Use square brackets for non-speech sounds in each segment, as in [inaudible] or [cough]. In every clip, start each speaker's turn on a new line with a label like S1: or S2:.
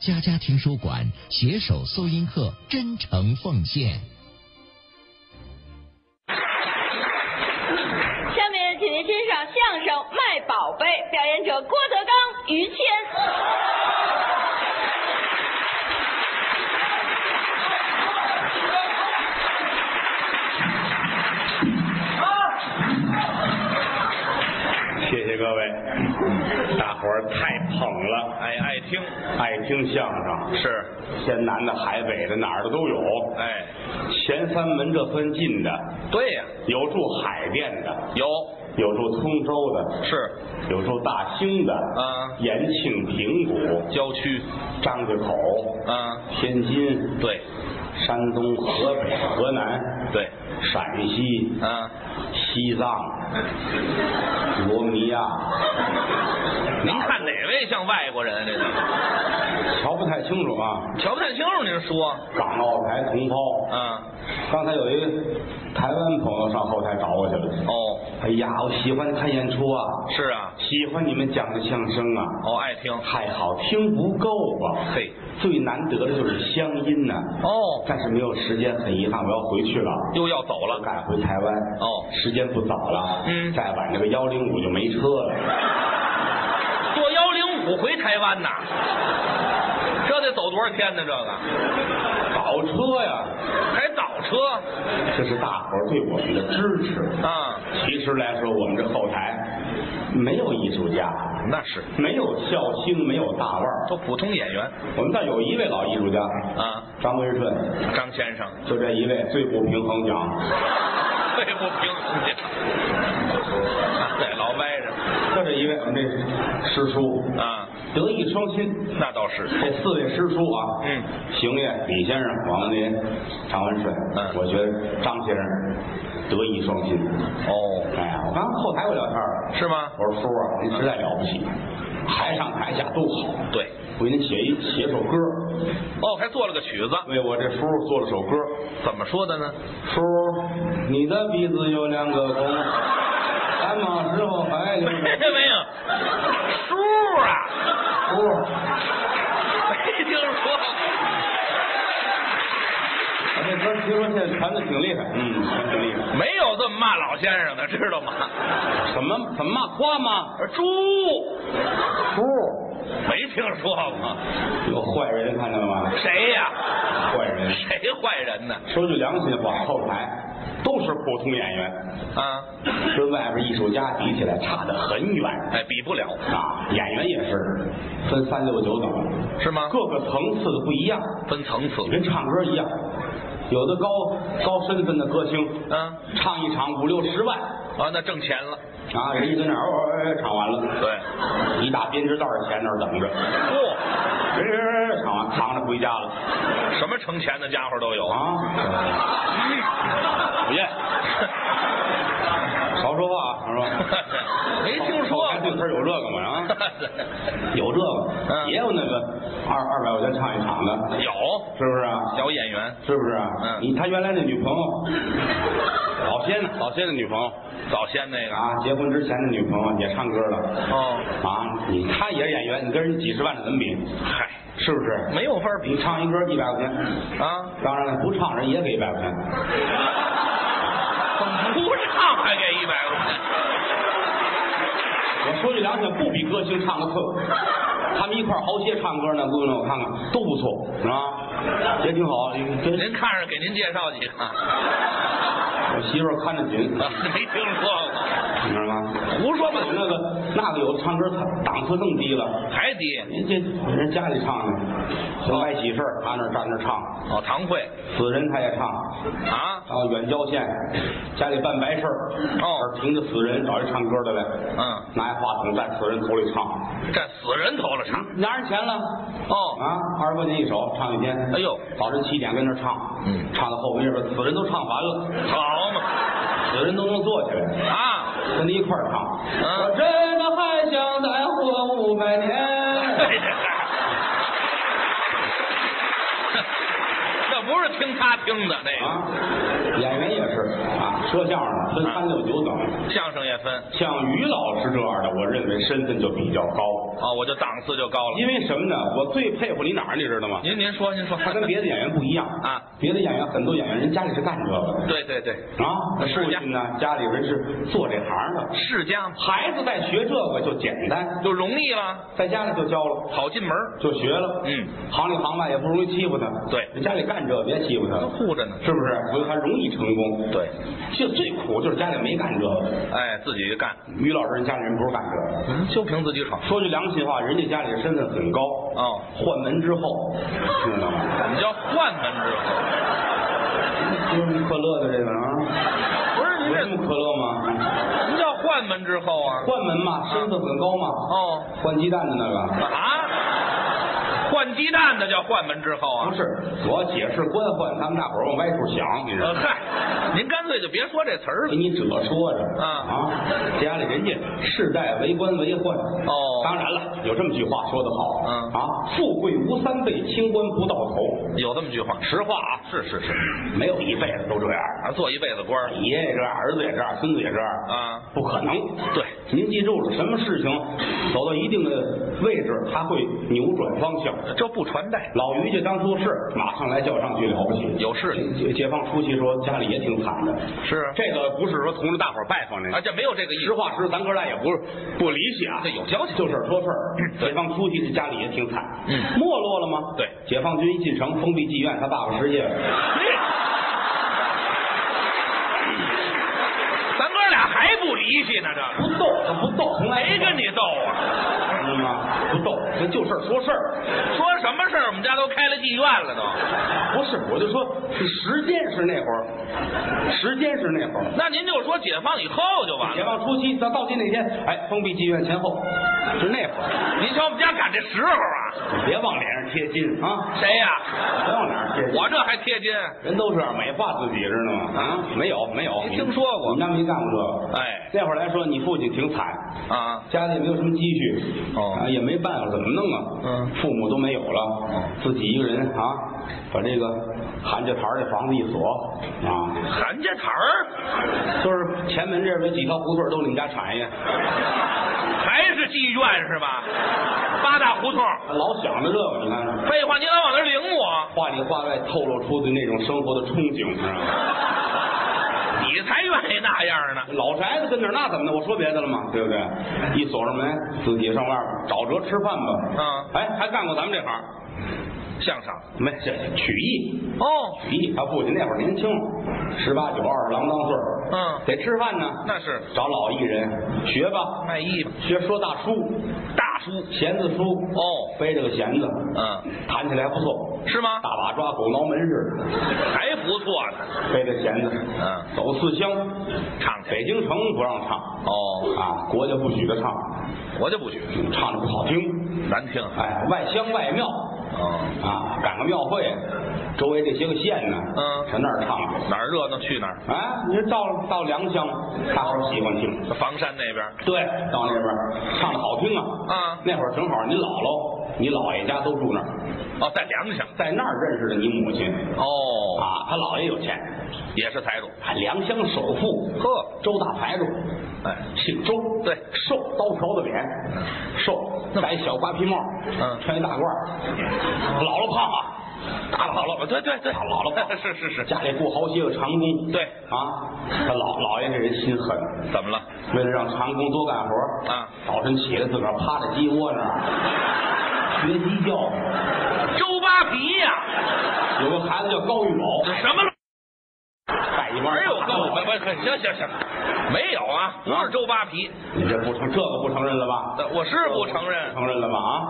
S1: 家家听书馆携手搜音课真诚奉献。
S2: 下面请您欣赏相声《卖宝贝》，表演者郭德纲、于谦。
S3: 谢谢各位，大伙儿太捧了，爱爱听，爱听相声是，天南的、海北的，哪儿的都有。
S4: 哎，
S3: 前三门这分近的，
S4: 对呀、
S3: 有住海淀的，
S4: 有
S3: 有住通州的，
S4: 是
S3: 有住大兴的，
S4: 嗯
S3: 延庆、平谷、
S4: 郊区，
S3: 张家口、
S4: 嗯，
S3: 天津、
S4: 对
S3: 山东、河北、河南、
S4: 对，
S3: 陕西、
S4: 嗯，
S3: 西藏、罗尼亚，
S4: 您看哪位像外国人？这个
S3: 瞧不太清楚啊。
S4: 瞧不太清楚，您说，
S3: 港澳台同胞，
S4: 嗯，
S3: 刚才有一个台湾朋友上后台找我去了。
S4: 哦，
S3: 哎呀，我喜欢看演出啊，
S4: 是啊，
S3: 喜欢你们讲的相声啊，
S4: 哦，爱听，
S3: 太好听不够啊。
S4: 嘿，
S3: 最难得的就是乡音呐、
S4: 哦，
S3: 但是没有时间，很遗憾，我要回去了，
S4: 又要走
S3: 我
S4: 了，
S3: 赶回台湾。
S4: 哦
S3: 时间不早了，
S4: 嗯
S3: 再晚这个幺零五就没车了。 [laughs]
S4: 坐幺零五回台湾呐，这得走多少天呢？这个
S3: 倒车呀，
S4: 还倒车
S3: 这是大伙儿对我们的支持。
S4: 啊？
S3: 其实来说，我们这后台没有艺术家，
S4: 那是，
S3: 没有笑星，没有大腕儿。
S4: 都普通演员
S3: 我们倒有一位老艺术家，
S4: 啊，
S3: 张文顺，
S4: 张先生， [laughs]
S3: 就这一位最不平衡奖，
S4: 对不平衡 [laughs] 家，对，老歪着
S3: 就这一位我们这师叔，
S4: 啊，
S3: 德艺双馨。
S4: 那倒是，
S3: 这四位师叔啊，
S4: 嗯，
S3: 邢爷、李先生、王林、张文顺，
S4: 嗯
S3: 我觉得张先生德艺双馨。
S4: 哦，
S3: 哎呀，我刚后台我聊天儿，
S4: 是吗？
S3: 我说叔啊，您实在了不起，台上台下都好，
S4: 对，
S3: 我给您写一写首歌，
S4: 哦，还做了个曲子，
S3: 为我这叔做了首歌，
S4: 怎么说的呢？
S3: 叔，你的鼻子有两个孔，感冒时候还有
S4: 没 [laughs] 没有，叔啊，
S3: 叔，
S4: 没听说
S3: 这歌听说现在传的挺厉害，嗯，传挺厉害。
S4: 过，没有这么骂老先生的，知道吗？
S3: 什么怎么骂花吗？
S4: 猪，
S3: 叔，
S4: 没听说过，
S3: 有坏人看见了吗？
S4: 谁呀、
S3: 坏人。
S4: 谁坏人呢？
S3: 说句良心话，后台都是普通演员，
S4: 啊，
S3: 跟外边艺术家比起来差得很远
S4: 哎，比不了，
S3: 啊。演员也是分三六九等，
S4: 是吗？
S3: 各个层次的不一样，
S4: 分层次，
S3: 跟唱歌一样，有的高高身份的歌星，呃
S4: 啊
S3: 唱一场五六十万
S4: 啊，那挣钱了，
S3: 啊，人一跟那儿哦哎哎唱完了，
S4: 对，
S3: 一大编织袋儿钱那儿等着，
S4: 嚯、
S3: 哎唱完扛着回家了
S4: 什么成钱的家伙都有， [laughs]
S3: 啊！讨厌， [laughs] 少说话啊，少说话。
S4: [laughs] 没听说
S3: 后台对词儿有这个吗？啊，
S4: 过，
S3: 有这个，
S4: 嗯
S3: 也有那个二二百块钱唱一场的，
S4: 有
S3: 是不是啊？
S4: 小演员。
S3: 是不是啊？
S4: 嗯
S3: 你他原来那女朋 [laughs] 友，老先呢，老先的女朋友
S4: 早先那个
S3: 啊，结婚之前的女朋友也唱歌了
S4: 哦，
S3: 啊，你他也是演员，你跟人几十万的怎么比？
S4: 嗨，
S3: 是不是？
S4: 没有法比
S3: 你唱一歌一百块钱，
S4: 啊，
S3: 当然了，不唱人也给一百块钱，
S4: 不唱还给一百块钱，
S3: 我说句良心，不比歌星唱的次。他们一块儿熬夜唱歌呢，姑娘我看看都不错，是吧？也挺好，跟
S4: 您看着给您介绍几个， [laughs] 啊
S3: 我媳妇儿看着紧，
S4: 没听说
S3: 你知道吗？
S4: 过，胡说八
S3: 有那个那个有唱歌档次更低了，
S4: 还低
S3: 人家人家里唱去，红白喜事儿他那儿站那儿唱，
S4: 哦，堂会
S3: 死人他也唱，
S4: 啊，
S3: 然后远郊县家里办白事儿，
S4: 哦
S3: 停着死人找一唱歌的来，
S4: 嗯，
S3: 拿一话筒在死人头里唱，
S4: 站死人头了唱
S3: 拿人钱了。
S4: 哦，
S3: 啊，二十块钱一首，唱一天。
S4: 哎呦，
S3: 早晨七点跟那儿唱，
S4: 嗯
S3: 唱到后半夜说死人都唱完了，
S4: 好嘛
S3: 死人都能坐起来。
S4: 啊，
S3: 跟他一块儿唱。
S4: 嗯
S3: 我真的还想再活五百
S4: [laughs]
S3: 年。
S4: 那不是听他听的那个，
S3: 啊，演员也是啊，说相声的分三六九等，
S4: 相声也分
S3: 像于老师这样的，我认为身份就比较高。
S4: 啊，我就档次就高了。
S3: 因为什么呢？我最佩服你哪儿，你知道吗？
S4: 您您说您说， [laughs]
S3: 他跟别的演员不一样
S4: 啊，
S3: 别的演员很多演员人家里是干这个的
S4: 对对对，
S3: 啊，那
S4: 世
S3: 父
S4: 家
S3: 亲呢家里人是做这行的，
S4: 世家
S3: 孩子再学这个就简单，
S4: 就容易了，
S3: 在家里就教了。
S4: 好进门儿，
S3: 就学了，
S4: 嗯，
S3: 行里行外也不容易欺负他，
S4: 对
S3: 人家里干这别欺负他
S4: 都
S3: 了，
S4: 护着呢。
S3: 是不是？所以他容易成功。
S4: 对，
S3: 就最苦就是家里没干这个。
S4: 哎，自己干，
S3: 于老师人家里人不是干这个的，
S4: 就凭自己闯。
S3: 说句良心话，人家家里身份很高，
S4: 哦，
S3: 换门之 [laughs] 后，知道吗？
S4: 你叫换门之后，
S3: 就是可乐的这个啊，
S4: 不是
S3: 有这么可乐吗？
S4: 什么叫换门之后啊？
S3: 换门嘛，身份很高嘛。
S4: 哦
S3: 换鸡蛋的那个
S4: 啊，换鸡蛋的叫换门之后
S3: 不
S4: 啊？
S3: 是，我要解释官换，他们大伙儿往歪处想，你知道
S4: 呃，
S3: 吗？
S4: 嗨，您干脆就别说这词儿
S3: 给
S4: 了。
S3: 你折说着
S4: 啊
S3: 家里人家世代为官为宦
S4: 哦
S3: 当然了，有这么句话说得好，
S4: 嗯
S3: 啊，富贵无三辈，清官不到头。
S4: 有这么句话，
S3: 实话啊，
S4: 是是是，
S3: 没有一辈子都这样，
S4: 啊，做一辈子官儿
S3: 爷爷这样，儿子也这样，孙子也这样
S4: 啊
S3: 不可能。
S4: 对，
S3: 您记住了，什么事情走到一定的位置，他会扭转方向。
S4: 这不传代，
S3: 老于家当初是马上来叫上去了不起，
S4: 有势力
S3: 解解放初期时候家里也挺惨的，
S4: 是啊
S3: 这个不是说同着大伙儿拜访这个
S4: 啊，这没有这个意
S3: 实
S4: 思。
S3: 话实，咱哥俩也不是不理解啊，
S4: 这有交情
S3: 就事儿说事儿。解放初期这家里也挺惨，
S4: 嗯
S3: 没落了吗？
S4: 对
S3: 解放军一进城，封闭妓院，他爸爸失业了，
S4: 咱哥俩还不离析呢，这个
S3: [laughs] 不斗，他不斗，从来
S4: 谁跟
S3: 你
S4: 你斗啊？
S3: 知道吗？不斗，他就事儿说事儿。
S4: 说什么事儿？我们家都开了妓院了都。
S3: 不是，我就说时间是那会儿，时间是那会儿。
S4: 那您就说解放以后就完
S3: 解
S4: 了。
S3: 放初期到到今那天，哎，封闭妓院前后是那会儿，
S4: 您瞧我们家赶这时候啊？
S3: 别往脸上贴金啊，
S4: 谁呀、
S3: 别往脸上贴金。
S4: 我这还贴金？
S3: 人都是这样美化自己，知道吗？啊，没有没有，
S4: 没听说过
S3: 你们家没干过这个。
S4: 哎
S3: 那会儿来说，你父亲挺惨，
S4: 啊，
S3: 家里也没有什么积蓄，
S4: 哦
S3: 啊，也没办法，怎么弄啊？
S4: 嗯哦
S3: 父母都没有了，自己一个人啊，把这个韩家台儿这房子一锁啊，
S4: 韩家台儿
S3: 就是前门这边有几条胡同都是你们家产业，
S4: 还是妓院是吧？八大胡同，
S3: 老想着这个，你看。
S4: 废话，你老往那儿领我，
S3: 话里话外透露出的那种生活的憧憬，知道吗？
S4: 你才愿意那样呢。
S3: 老宅子跟那儿那怎么的？我说别的了吗？对不对？一锁上门，自己上外边找辙吃饭吧。
S4: 嗯
S3: 哎，还干过咱们这行，
S4: 相声
S3: 没这曲艺，
S4: 哦，
S3: 曲艺。他父亲那会儿年轻，十八九、二十郎当岁儿，
S4: 嗯
S3: 得吃饭呢。
S4: 那是
S3: 找老艺人学吧，
S4: 卖艺吧，
S3: 学说大书，
S4: 大叔
S3: 弦子书，
S4: 哦，
S3: 背着个弦子，
S4: 嗯，
S3: 弹起来不错，
S4: 是吗
S3: 大？把抓狗挠门似
S4: 还不错呢，
S3: 的，背着弦子，
S4: 嗯，
S3: 走四乡，
S4: 唱去
S3: 北京城不让唱。
S4: 哦，
S3: 啊，国家不许他唱，
S4: 我就不许，
S3: 唱的不好听。
S4: 难听啊。
S3: 哎，外乡外庙
S4: 哦，
S3: 啊，赶个庙会，周围这些个县呢，
S4: 嗯
S3: 上那儿唱去。
S4: 哪儿热闹去哪儿，
S3: 啊，你说到到良乡，大伙儿喜欢听。
S4: 房山那边儿
S3: 对，到那边儿唱的好听啊。
S4: 啊，
S3: 那会儿正好你姥姥、你姥爷家都住那儿，
S4: 哦，在良乡
S3: 在那儿认识的你母亲
S4: 哦，
S3: 啊，他姥爷有钱，
S4: 也是财主，
S3: 啊良乡首富
S4: 呵，
S3: 周大财主，
S4: 哎，
S3: 姓周，
S4: 对
S3: 瘦，刀条子脸，瘦，戴一小瓜皮帽，
S4: 嗯
S3: 穿一大褂儿，姥姥胖啊，
S4: 大姥姥，对对对，
S3: 大姥姥胖
S4: [laughs] 是是是，
S3: 家里雇好些个长工，
S4: 对
S3: 啊，他姥姥爷这人心狠，
S4: 怎么了？
S3: 为了让长工多干活
S4: 啊，
S3: 早晨起来自个儿趴在鸡窝那儿学鸡叫，
S4: 周扒皮呀、
S3: 有个孩子叫高玉宝，
S4: 这什么？
S3: 带一帮
S4: 没
S3: 人
S4: 有
S3: 打
S4: 哎高
S3: 高玉宝
S4: 不不，行行行，没有啊，不是周扒皮，
S3: 你这不承这个不承认了吧？
S4: 我是不承认
S3: 承认了吧？啊，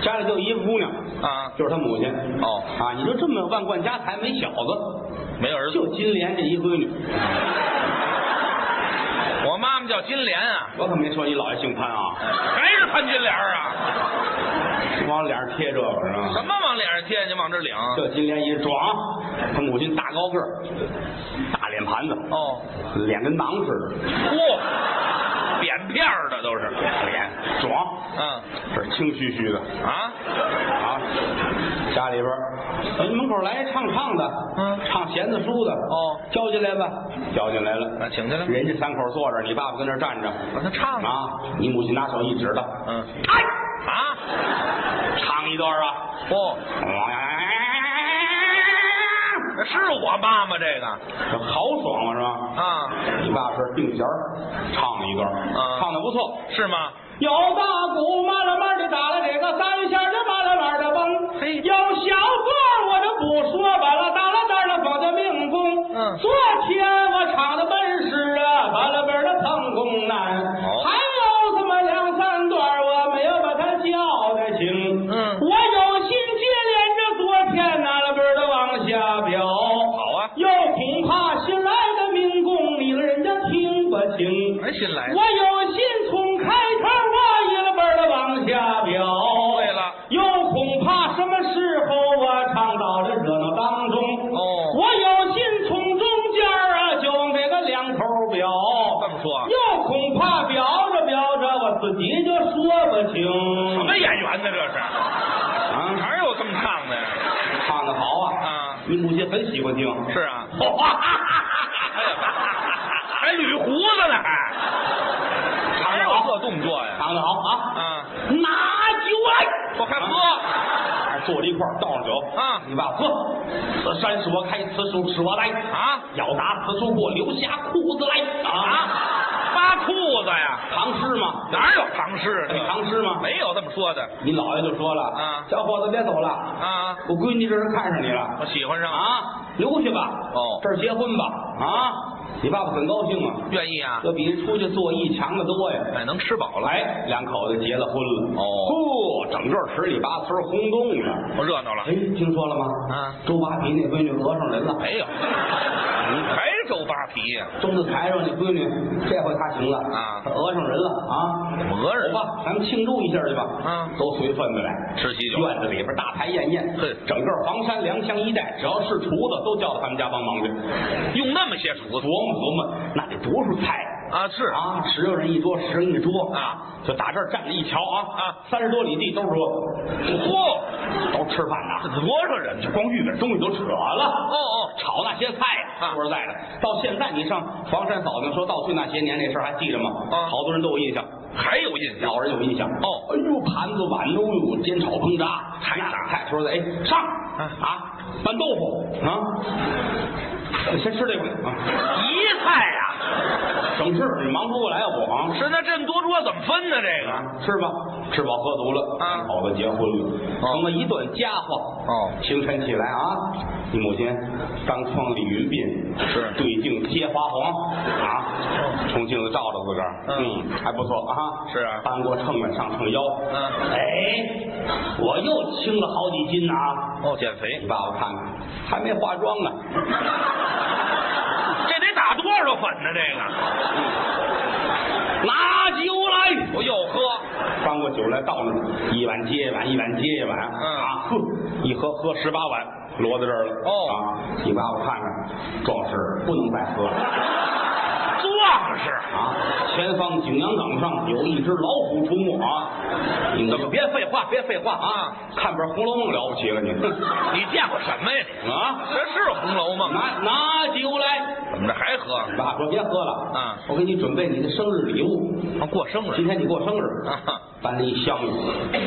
S3: 家里就一个姑娘，
S4: 啊，
S3: 就是他母亲。
S4: 哦
S3: 啊，你说这么万贯家财没小子，
S4: 没儿子。
S3: 就金莲这一闺女。
S4: 我妈妈叫金莲啊，
S3: 我可没说你姥爷姓潘啊，
S4: [laughs] 还是潘金莲啊？
S3: 往脸上贴这个是吧？
S4: 什么往脸上贴？你往这领？
S3: 啊这金莲一壮，他母亲大高个儿，大脸盘子，
S4: 哦，
S3: 脸跟囊似的，
S4: 嚯，扁片儿的都是。
S3: 大脸壮，
S4: 嗯
S3: 这儿青虚虚的
S4: 啊，
S3: 啊。家里边儿，人门口来唱唱的，
S4: 嗯
S3: 唱弦子书的，
S4: 哦，
S3: 叫进来吧，叫进来了，
S4: 那请进来吧。
S3: 人家三口坐着，你爸爸跟那儿站着
S4: 嗯让他唱吧。
S3: 啊，你母亲拿手一指的，
S4: 嗯，
S3: 哎，
S4: 啊？
S3: 唱一段啊！
S4: 不，是我妈妈这个
S3: 好爽啊，是吧？
S4: 啊？
S3: 你爸是定弦儿唱了一段，
S4: 啊
S3: 唱的不错。
S4: 是吗？
S3: 有大鼓，慢了慢的打了这个三下，这慢了慢的蹦。
S4: 嘿
S3: 有小段我就不说完了，打了打了放的命宫。
S4: 嗯
S3: 昨天我唱的本事啊，完了本的碰宫难。
S4: 哦
S3: 还有这么两三段我没有把它叫得清。
S4: 嗯
S3: 我有心接连着昨天拿了本的往下表。
S4: 好啊
S3: 又恐怕新来的民工，你了人家听不清。
S4: 还新来的
S3: 我有心从开头我一了本的往下表，
S4: 对了
S3: 又恐怕什么时候我唱到这热闹当中。
S4: 哦
S3: 我有心从中间啊，就往这个两头表。
S4: 这么说啊
S3: 又恐怕表着表着我自己就说不清。
S4: 什么演员呢？这是
S3: 啊？
S4: 哪有这么唱的呀？
S3: 唱的好啊！
S4: 啊
S3: 民主界很喜欢听。 [laughs]
S4: 是啊，哎呀还捋胡子呢，
S3: 啊
S4: 还哪有这动作呀？
S3: 唱的好啊！
S4: 啊，
S3: 拿酒来。
S4: 我还喝，
S3: 还坐着一块儿倒上酒
S4: 啊
S3: 你爸喝，此山是我开，此树是我栽
S4: 啊
S3: 要打此树过，留下裤子来啊！
S4: 扒裤子呀？
S3: 唐诗嘛，
S4: 哪有唐诗
S3: 有
S4: 啊？
S3: 唐诗吗？
S4: 没有这么说的
S3: 你姥爷就说了
S4: 啊
S3: 小伙子别走了，
S4: 啊！
S3: 我闺女这是看上你了
S4: 我喜欢上，
S3: 啊，留下吧，
S4: 哦
S3: 这儿结婚吧啊！你爸爸很高兴啊，
S4: 愿意啊？
S3: 这比出去做艺强得多呀。
S4: 哎，能吃饱了，
S3: 来，两口子结了婚了
S4: 哦
S3: 哦，整个十里八村轰动呢。
S4: 我热闹了
S3: 哎，听说了吗？
S4: 啊
S3: 周八皮那闺女讹上人了。
S4: 没有？
S3: 哎
S4: 还周扒皮呀？
S3: 中字台上那闺女，这回她行了
S4: 啊
S3: 她讹上人啊了啊！
S4: 怎么讹人
S3: 走吧，咱们庆祝一下去吧。
S4: 嗯
S3: 都随份子来，
S4: 吃喜酒
S3: 院子里边大排宴宴，
S4: 哼
S3: 整个房山粮乡一带，只要是厨子都叫到他们家帮忙去，
S4: 用那么些厨
S3: 琢
S4: 子
S3: 磨琢磨，那得多少菜
S4: 啊？是
S3: 啊！十个人一桌，十人一桌
S4: 啊！
S3: 就打这儿站着一瞧啊
S4: 啊，
S3: 三十多里地都是桌，
S4: 嚯，
S3: 都吃饭
S4: 这
S3: 呢。
S4: 多少人呢？
S3: 光预备东西都扯了
S4: 哦，哦，
S3: 炒那些菜
S4: 啊
S3: 说实在的，到现在你上房山嫂子说倒退那些年那事儿还记着吗？
S4: 啊
S3: 好多人都有印象，
S4: 还有印象
S3: 老人有印象。
S4: 哦
S3: 哎呦，盘子碗都有，煎炒烹炸，
S4: 还
S3: 那
S4: 打
S3: 菜说的，哎，上
S4: 啊
S3: 啊，拌豆腐啊，先吃这个啊，
S4: [laughs] 一菜呀？
S3: 省事儿，你忙不过来啊，我啊。
S4: 是那这么多桌怎么分呢？这个
S3: 吃吧，吃饱喝足了，
S4: 啊
S3: 好子结婚了，
S4: 哦
S3: 成了一段佳话。
S4: 哦
S3: 清晨起来啊，你母亲当窗里云鬓，
S4: 是哦
S3: 对镜贴花黄啊，从镜子照着自个儿，
S4: 嗯
S3: 还不错啊。
S4: 是啊
S3: 翻过秤来上秤腰，
S4: 嗯
S3: 哎，我又轻了好几斤啊！
S4: 哦，减肥
S3: 你爸爸看看，还没化妆呢，
S4: 这得打多少粉呢？这个
S3: 拿酒来。
S4: 我又喝，
S3: 翻过酒来倒着，一碗接一碗，一碗接一碗，
S4: 嗯
S3: 啊，呵，一喝喝十八碗，摞在这儿了。
S4: 哦
S3: 啊，你爸爸看看，壮士不能再喝了
S4: 壮士，
S3: 啊！前方景阳冈上有一只老虎出没啊！你怎么别废话，别废话啊！看本《红楼梦》了不起了你？
S4: 你见过什么呀？嗯你
S3: 啊，
S4: 这是《红楼梦》吗？
S3: 拿拿酒来！
S4: 怎么着还喝？
S3: 你爸说别喝了，
S4: 嗯
S3: 我给你准备你的生日礼物。
S4: 啊，过生
S3: 今
S4: 日
S3: 天你过生日
S4: 啊哈，
S3: 搬了一箱子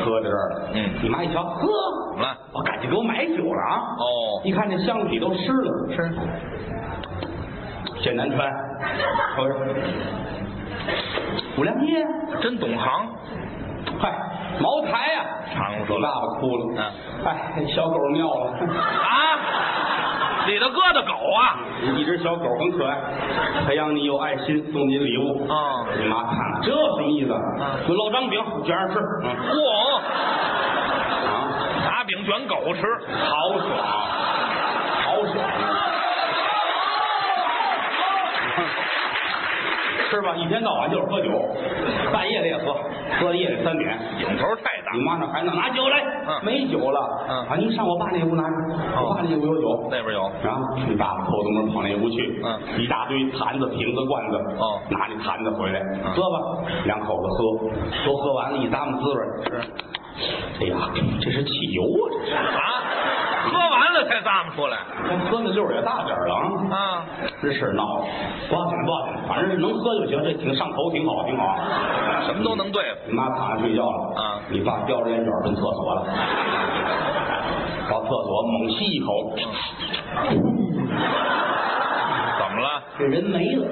S3: 搁在这儿了。
S4: 嗯
S3: 你妈一瞧，呵，
S4: 怎么了？
S3: 我赶紧给我买酒了啊！
S4: 哦
S3: 一看这箱子里都湿了，
S4: 是
S3: 显难穿。我说五粮液，啊
S4: 真懂行，
S3: 嗨，茅台呀、啊！
S4: 常
S3: 我
S4: 说
S3: 爸爸哭了，哎，小狗尿了，
S4: 啊，里头搁的狗啊，
S3: 一只小狗很可爱，培养你有爱心，送你礼物。
S4: 哦
S3: 你妈看看啊这什么意思？
S4: 嗯
S3: 有烙张饼卷上吃，嗯
S4: 嚯，
S3: 啊。
S4: 哦拿饼卷狗吃，
S3: 好爽，啊好爽！ [laughs] 是吧？一天到晚就是喝酒，半夜里也喝，喝到夜里三点。
S4: 瘾头太大
S3: 你。妈那孩子拿酒来，
S4: 嗯
S3: 没酒了，
S4: 嗯哦
S3: 啊，你上我爸那屋拿去，我爸那屋有酒。
S4: 那边有，
S3: 然后你爸爸偷偷摸跑那屋去，
S4: 嗯，
S3: 一大堆坛子、瓶子、罐子，
S4: 哦
S3: 拿那坛子回来，
S4: 嗯
S3: 喝吧，两口子喝，都喝完了，一咂摸滋味，是，哎呀，这是汽油啊，这是。
S4: 啊，喝完了才咂摸出来
S3: 他喝的溜儿也大点儿了啊！
S4: 啊！
S3: 这事儿闹的，不要紧不要紧，反正是能喝就行，这挺上头，挺好，挺好。
S4: 什么都能对付。
S3: 你妈躺下睡觉了
S4: 啊
S3: 你爸叼着烟卷儿奔厕所了，到厕所猛吸一口，
S4: 嗯怎么了？
S3: 这人没了，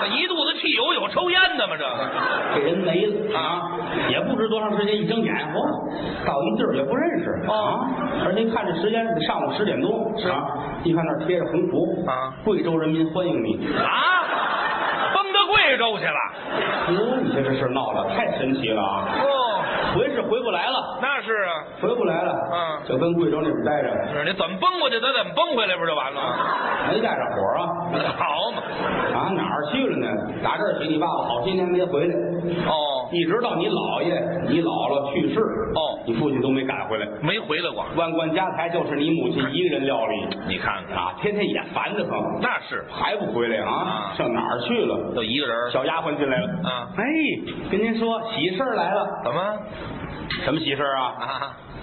S4: 这一肚子汽油，有抽烟的吗？这个
S3: 这人没了啊！也不知多长时间，一睁眼，嚯，到一地儿也不认识
S4: 哦
S3: 啊！而且一看这时间，上午十点多啊，一看那儿贴着横幅
S4: 啊，
S3: 贵州人民欢迎你，
S4: 啊，蹦到贵州去了。
S3: 哟，你这个事儿闹的太神奇了啊！
S4: 哦，
S3: 回是回不来了，
S4: 那是啊。
S3: 回不来了，
S4: 嗯
S3: 就跟贵州那边待着，
S4: 是你怎么蹦过去，他怎么蹦回来，不就完了吗？
S3: 没带着火啊，
S4: 好嘛。
S3: 啊哪儿去了呢？打这儿起，你爸爸好些年没回来，
S4: 哦，
S3: 一直到你姥爷、你姥姥去世，
S4: 哦
S3: 你父亲都没赶回来，
S4: 没回来过。
S3: 万贯家财就是你母亲一个人料理
S4: 你看看，
S3: 啊，天天也烦得很，
S4: 那是
S3: 还不回来啊
S4: 啊？
S3: 上哪儿去了？
S4: 就一个人儿。
S3: 小丫鬟进来了，
S4: 啊，
S3: 哎，跟您说喜事儿来了，
S4: 怎么？
S3: 什么喜事儿啊？
S4: 啊，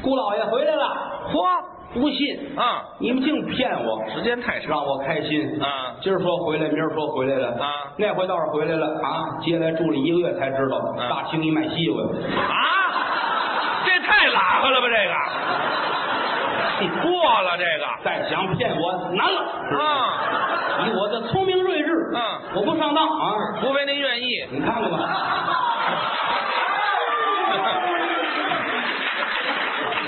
S3: 姑姥爷回来了，
S4: 嚯，
S3: 不信，
S4: 啊，
S3: 你们净骗我，
S4: 时间太长
S3: 让我开心
S4: 啊
S3: 今儿说回来，明儿说回来了
S4: 啊
S3: 那回倒是回来了啊！接来住了一个月才知道，
S4: 嗯
S3: 大兴一卖西瓜，
S4: 啊，这太喇叭了吧？这个过了这个
S3: 再想骗我难了
S4: 啊，
S3: 以我的聪明睿智，
S4: 嗯
S3: 我不上当啊！
S4: 除非您愿意。
S3: 你看看
S4: [laughs]
S3: 吧，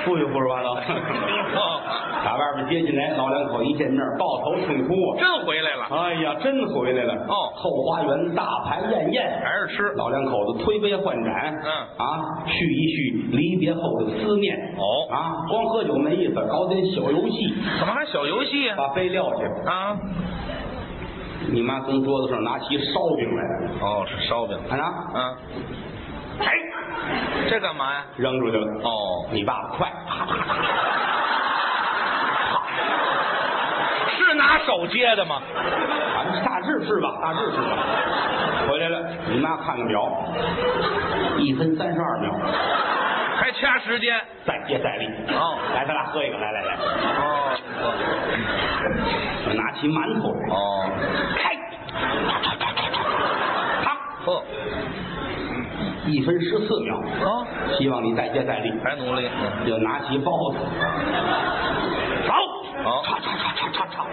S3: 不许胡说八道！
S4: 哦
S3: 打外边接进来，老两口一见面，抱头痛哭啊！
S4: 真回来了，
S3: 哎呀，真回来了！
S4: 哦
S3: 后花园大排宴宴，
S4: 还是吃
S3: 老两口子推杯换盏，
S4: 嗯
S3: 啊，叙一叙离别后的思念。
S4: 哦
S3: 啊，光喝酒没意思，搞点小游戏，
S4: 怎么还小游戏啊？
S3: 把杯撂下。
S4: 啊，
S3: 你妈从桌子上拿起烧饼来，
S4: 哦，是烧饼。
S3: 看啊，
S4: 啊，哎，这干嘛呀？
S3: 扔出去了。
S4: 哦，
S3: 你爸快，啪啪啪
S4: 是拿手接的吗？
S3: 啪大致是吧？大致是吧？回来了，你妈看看表，一分三十二秒，
S4: 还掐时间？
S3: 再接再厉。
S4: 哦
S3: 来，咱俩喝一个，来来来，
S4: 哦
S3: 我拿起馒头，
S4: 哦，
S3: 开，啪，
S4: 呵，
S3: 一分十四秒，
S4: 哦，
S3: 希望你再接再厉。
S4: 还努力。
S3: 又拿起包子，走，
S4: 好哎
S3: 叉叉叉叉叉叉，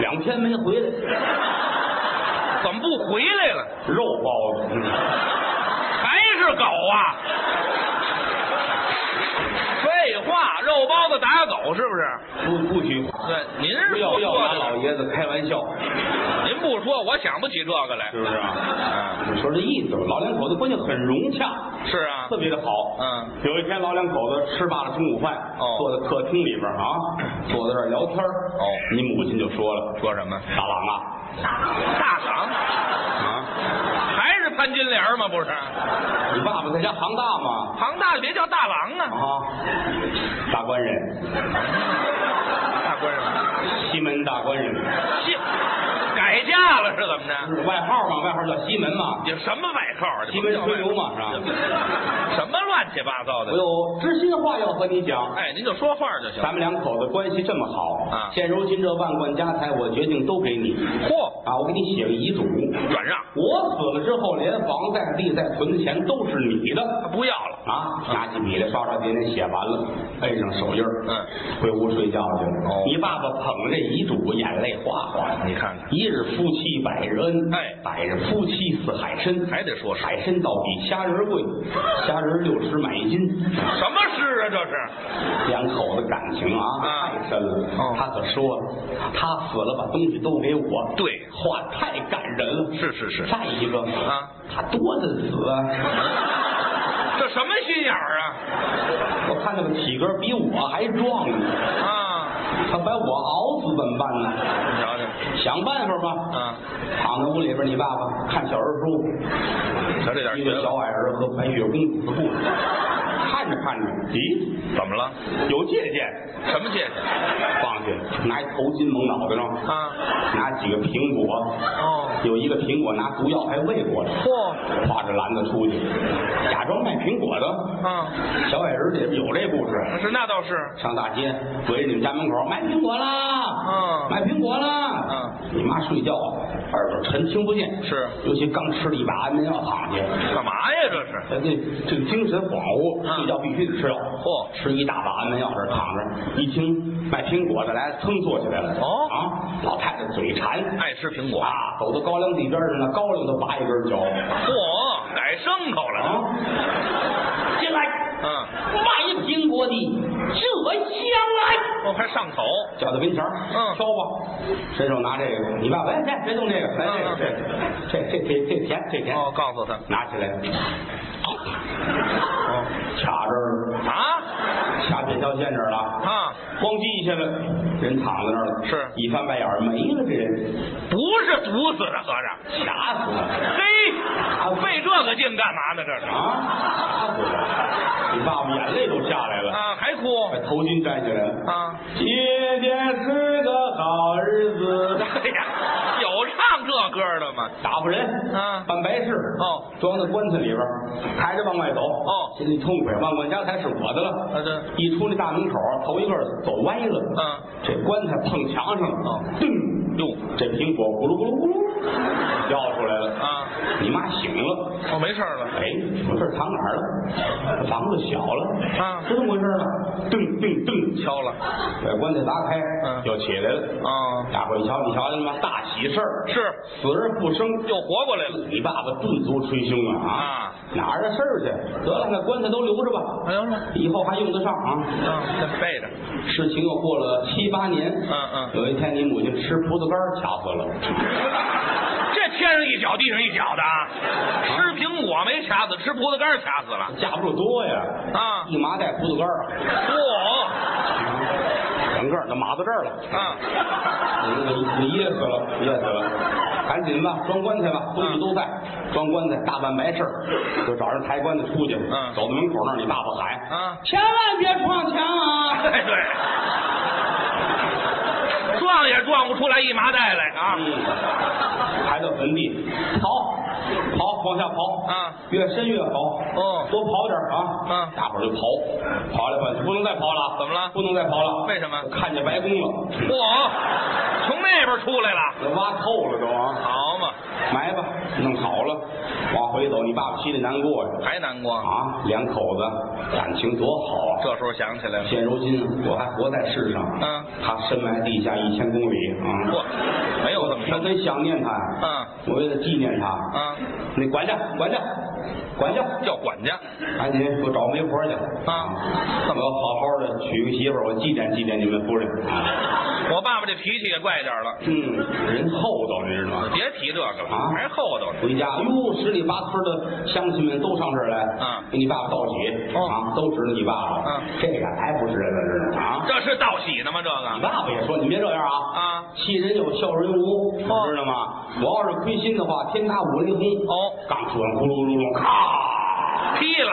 S3: 两天没回来，
S4: 怎么不回来了？
S3: 肉包子，
S4: 还是狗啊？废话，肉包子打狗是不是？
S3: 不不许，
S4: 对，您
S3: 不要
S4: 说
S3: 不要拿
S4: 的
S3: 老爷子开玩笑，
S4: 您不说，我想不起这个来。
S3: 是不是啊
S4: 啊？
S3: 你说这意思吧，老两口子关系很融洽，
S4: 是啊
S3: 特，别的好。
S4: 嗯，
S3: 有一天老两口子吃罢了中午饭，
S4: 哦
S3: 坐在客厅里边啊，坐在这儿聊天哦，你母亲就说了
S4: 说什么？：“
S3: 大郎啊，
S4: 大嗓，
S3: 啊，
S4: 还是潘金莲吗？不是，
S3: 你爸爸在家行大吗？
S4: 庞大别叫大郎啊，
S3: 啊，大官人，
S4: 大官人，
S3: 西门大官人。”
S4: 西改嫁了是怎么着？
S3: 外号嘛，外号叫西门嘛，
S4: 有什么外号？
S3: 西门吹牛嘛，是吧？
S4: 吧？什么乱七八糟的
S3: 我？有知心话要和你讲，
S4: 哎，您就说话就行
S3: 咱。们两口子关系这么好
S4: 啊
S3: 现如今这万贯家财，我决定都给你
S4: 嚯，
S3: 啊，我给你写个遗嘱，
S4: 转让，
S3: 我死了之后，连房带地带存的钱都是你的
S4: 不要了。
S3: 啊。拿起笔来，刷刷点点写完了，摁上手印儿
S4: 嗯，
S3: 回屋睡觉去了。
S4: 哦
S3: 你爸爸捧着遗嘱，眼泪哗哗的。
S4: 你看看，
S3: 一日夫妻百日恩，
S4: 哎
S3: 百日夫妻似海参，
S4: 还得说是
S3: 海参到底虾仁儿贵，虾仁儿六十买一斤，
S4: 什么诗啊？这是
S3: 两口子感情啊
S4: 啊
S3: 太深了。
S4: 哦
S3: 他可说了，他死了把东西都给我，
S4: 对
S3: 话太感人了。
S4: 是是是
S3: 再一个
S4: 啊，
S3: 他多的死啊！
S4: 这什么心眼儿啊？
S3: 我看那个体格比我还壮呢，
S4: 啊，
S3: 他把我熬死怎么办呢？
S4: 你瞧瞧，
S3: 想办法吧。
S4: 啊，
S3: 躺在屋里边，你爸爸看小人书，
S4: 瞧这点
S3: 一
S4: 学
S3: 个
S4: 问
S3: 小矮人和白雪公主的故事，看看着看着，咦，
S4: 怎么了？
S3: 有界限，
S4: 什么界限？
S3: 放下拿一头巾蒙脑袋上，
S4: 啊，
S3: 拿几个苹果，
S4: 哦，
S3: 有一个苹果拿毒药还喂过来，
S4: 嚯，
S3: 挎着篮子出去，假装卖苹果的。
S4: 啊，
S3: 小矮人里边有这故事，
S4: 是那倒是，
S3: 上大街围着你们家门口卖苹果啦，
S4: 嗯
S3: 卖苹果啦，你妈睡觉啊耳朵沉听不见，
S4: 是
S3: 尤其刚吃了一把安眠药躺下，哎
S4: 干嘛呀？这是？
S3: 这这个精神恍
S4: 嗯
S3: 惚，睡觉必须得吃药。
S4: 嚯
S3: 吃一大把安眠药，这儿躺着，一听卖苹果的来，噌坐起来了。
S4: 哦
S3: 啊，老太太嘴馋，
S4: 爱吃苹果。
S3: 啊，走到高粱地边上呢，高粱都拔一根儿嚼。
S4: 嚯，改牲口了呢。
S3: 啊，进来，
S4: 嗯，
S3: 卖苹果的这香
S4: 我还哦上头。
S3: 来，叫到跟前儿，
S4: 嗯
S3: 挑吧，伸手拿这个，你爸爸，哎，别别动这个，来这
S4: 嗯
S3: 个，这个这这这这甜，这甜，
S4: 哦，告诉他。
S3: 拿起来，
S4: 哦，
S3: 卡这儿了，
S4: 啊
S3: 卡扁条线这儿了啊。
S4: 啊，
S3: 咣叽一下子，人躺在那儿了，
S4: 是
S3: 一翻白眼儿没了，这人
S4: 不是毒死的，合着。
S3: 吓死了
S4: 嘿，费这个劲干嘛呢？这是
S3: 啊！吓死了！你爸爸眼泪都下来了，
S4: 啊，还哭
S3: 把头巾摘起来了。
S4: 啊？
S3: 今天是个好日子，
S4: 哎呀，有唱这歌的吗？
S3: 打发人
S4: 啊
S3: 办白事
S4: 哦，
S3: 装到棺材里边儿，抬着往外走
S4: 哦
S3: 心里痛快，万贯家财是我的了。
S4: 啊这
S3: 一出那大门口，头一个走歪了，
S4: 嗯，
S3: 这棺材碰墙上了，
S4: 哦
S3: 噔，
S4: 哟
S3: 这苹果咕噜咕噜咕噜掉出来了。
S4: 啊，
S3: 你妈醒了，
S4: 哦，没事儿了。
S3: 哎，我这儿藏哪儿了？房子小了，
S4: 啊
S3: 这怎么回事呢？噔噔噔，
S4: 敲了。啊
S3: 把棺材砸开，
S4: 嗯
S3: 就起来了。
S4: 啊，
S3: 大伙儿一瞧，你瞧见了吗？大喜事儿，
S4: 是
S3: 死而复生。
S4: 又活过来了。
S3: 你爸爸顿足捶胸啊！
S4: 啊，
S3: 哪儿的事儿去？得了，那棺材都留着吧，
S4: 哎呦，啊，
S3: 以后还用得上啊。
S4: 这背着。
S3: 事情又过了七八年，
S4: 嗯嗯
S3: 有一天你母亲吃葡萄干儿卡死了，
S4: 这天上一脚，地上一脚的啊！吃苹果没卡死，吃葡萄干卡死了
S3: 架不住多呀，
S4: 啊！
S3: 一麻袋葡萄干儿啊。
S4: 嚯
S3: 整个儿都码到这儿了，
S4: 啊！
S3: 你你你噎死了，噎死了，赶紧吧，装棺材吧，
S4: 嗯
S3: 东西都在，装棺材，大办白事儿，就找人抬棺材出去，
S4: 嗯
S3: 走到门口那儿，你爸爸喊，
S4: 啊
S3: 千万别撞墙啊！
S4: 哎 [laughs] 对，撞也撞不出来一麻袋来啊！
S3: 嗯，抬到坟地，刨，刨，往下刨，
S4: 啊，
S3: 越深越好，
S4: 哦
S3: 多刨点儿啊，
S4: 嗯
S3: 大伙儿就刨，刨来刨去，不能再刨了，
S4: 怎么了
S3: 不能再刨了，
S4: 为什么嗯
S3: 我看见白宫了，
S4: 嚯，从那边出来了，
S3: 给挖透了都啊，
S4: 好嘛，
S3: 埋吧，弄好了，往回走，你爸爸心里难过呀，
S4: 还难过。
S3: 啊，两口子感情多好啊！
S4: 这时候想起来了，
S3: 现如今我还活在世上，
S4: 嗯，
S3: 他深埋地下一千公里啊，
S4: 嚯，没有这么
S3: 我
S4: 深。
S3: 很想念他，
S4: 嗯，
S3: 我为了纪念他，
S4: 啊，
S3: 那管家，管家，管家，
S4: 叫管家
S3: 赶紧给我找媒婆去
S4: 啊！
S3: 我要好好的娶个媳妇儿，我祭奠祭奠你们夫人啊！
S4: 我爸爸这脾气也怪点儿了，
S3: 嗯，人厚道，你知道吗？
S4: 别提这个了，
S3: 啊
S4: 还厚道呢。
S3: 回家，哟，十里八村的乡亲们都上这儿来，
S4: 啊
S3: 给你爸爸道喜，
S4: 哦
S3: 啊，都知道你爸爸，
S4: 嗯
S3: 这个还不是人了，知道吗？啊，
S4: 这是道喜呢吗？这
S3: 你
S4: 个
S3: 爸爸也说，你别这样啊，
S4: 啊，哦
S3: 欺人有笑人无，你知道吗？我要是亏心的话，天打五雷轰。
S4: 哦，
S3: 刚说完，咕噜噜噜，咔，
S4: 劈了，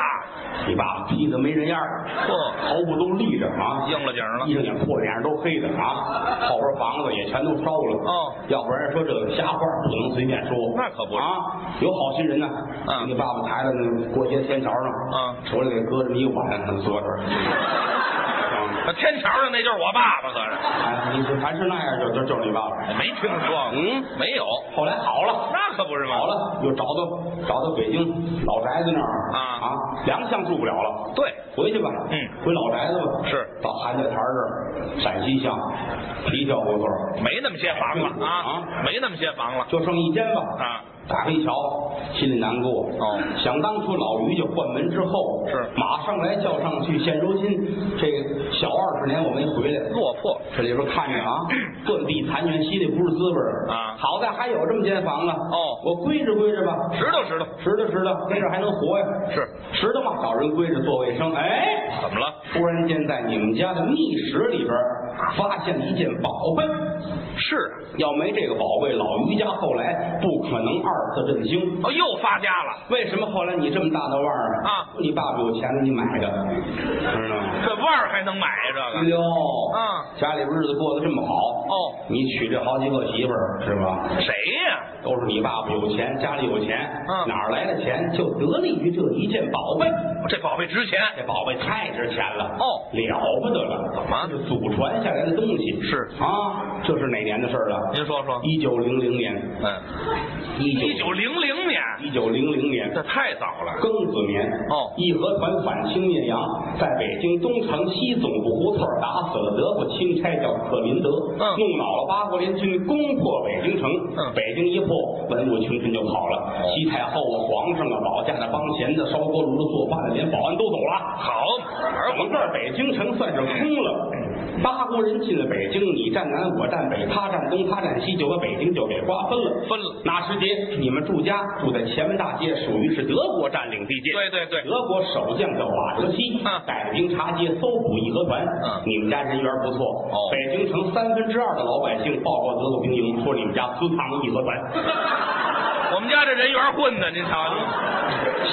S3: 你爸爸劈得没人样儿，
S4: 嚯，
S3: 头发都立着啊，
S4: 应了景儿了
S3: 衣。裳也破，脸上都黑的啊，后边房子也全都烧了。
S4: 哦，
S3: 要不然说这个瞎话不能随便说。
S4: 那可不是
S3: 啊，有好心人呢。
S4: 嗯
S3: 给你爸爸抬到那过街天桥上，
S4: 嗯
S3: 手里给搁这么一碗，那么坐
S4: [laughs]
S3: 这儿。啊
S4: 那天桥上那就是我爸爸，合着
S3: 哎，你是凡是那样，就就就是你爸爸。
S4: 没听说过，
S3: 嗯
S4: 没有，
S3: 后来好了。
S4: 那可不是吗？
S3: 好，了，又找到找到北京老宅子那儿
S4: 啊
S3: 粮巷住不了了，
S4: 对，
S3: 回去吧，
S4: 嗯，
S3: 回老宅子吧。
S4: 是
S3: 到韩家台这儿，陕西巷，皮条胡同，
S4: 没那么些房了啊，
S3: 啊
S4: 没那么些房了
S3: 就剩一间吧。
S4: 啊，
S3: 打开一瞧，心里难过。
S4: 哦
S3: 想当初老于家换门之后，
S4: 是
S3: 马上来叫上去。现如今这小二十年我没回来，
S4: 落魄。
S3: 这里边看着
S4: [coughs]
S3: 啊，断壁残垣，心里不是滋味儿
S4: 啊
S3: 好在还有这么间房呢。啊
S4: 哦
S3: 我归置归置吧，
S4: 石头石头
S3: 拾掇拾掇，跟这还能活呀。
S4: 是
S3: 拾掇嘛，找人归置做卫生。哎，
S4: 怎么了？
S3: 突然间在你们家的密室里边儿发现了一件宝贝。
S4: 是
S3: 要没这个宝贝，老于家后来不可能二次振兴。
S4: 哦，又发家了，
S3: 为什么后来你这么大的腕儿
S4: 啊
S3: 你爸爸有钱了，你买的，知道吗？
S4: 这腕儿还能买这
S3: 哎
S4: 个？
S3: 呦，
S4: 嗯
S3: 家里日子过得这么好
S4: 哦
S3: 你娶这好几个媳妇儿是吧？
S4: 谁呀、
S3: 都是你爸爸有钱，家里有钱，
S4: 嗯
S3: 哪儿来的钱？就得力于这一件宝贝。
S4: 这宝贝值钱，
S3: 这宝贝太值钱了
S4: 哦
S3: 了不得了，
S4: 怎么
S3: 就祖传下来的东西
S4: 是
S3: 啊，这是哪年的事儿了？
S4: 您说说。
S3: 一九零零年，
S4: 嗯，
S3: 一
S4: 一九零零年，
S3: 一九零零年，
S4: 这太早了。
S3: 庚子年
S4: 哦
S3: 义和团反清灭洋，在北京东城西总部胡同打死了德国钦差叫克林德，
S4: 嗯
S3: 弄恼了八国联军，攻破北京城，
S4: 嗯哦
S3: 北京一破，文武群臣就跑了，西太后啊、皇上啊、保家的、帮闲的、烧锅炉的、做饭的，连保安都走了。
S4: 好，而
S3: 整个北京城算是空了。八国人进了北京，你站南，我站北，他站东，他站西，就把北京就给瓜分了。
S4: 分了
S3: 那时节，你们住家住在前门大街，属于是德国占领地界。
S4: 对对对
S3: 德国守将叫瓦德西，
S4: 嗯
S3: 带着兵查街，搜捕义和团。
S4: 嗯
S3: 你们家人缘不错。
S4: 哦
S3: 北京城三分之二的老百姓报告德国兵营，说你们家私藏义和团。
S4: 我们家这人缘混的，您瞧瞧，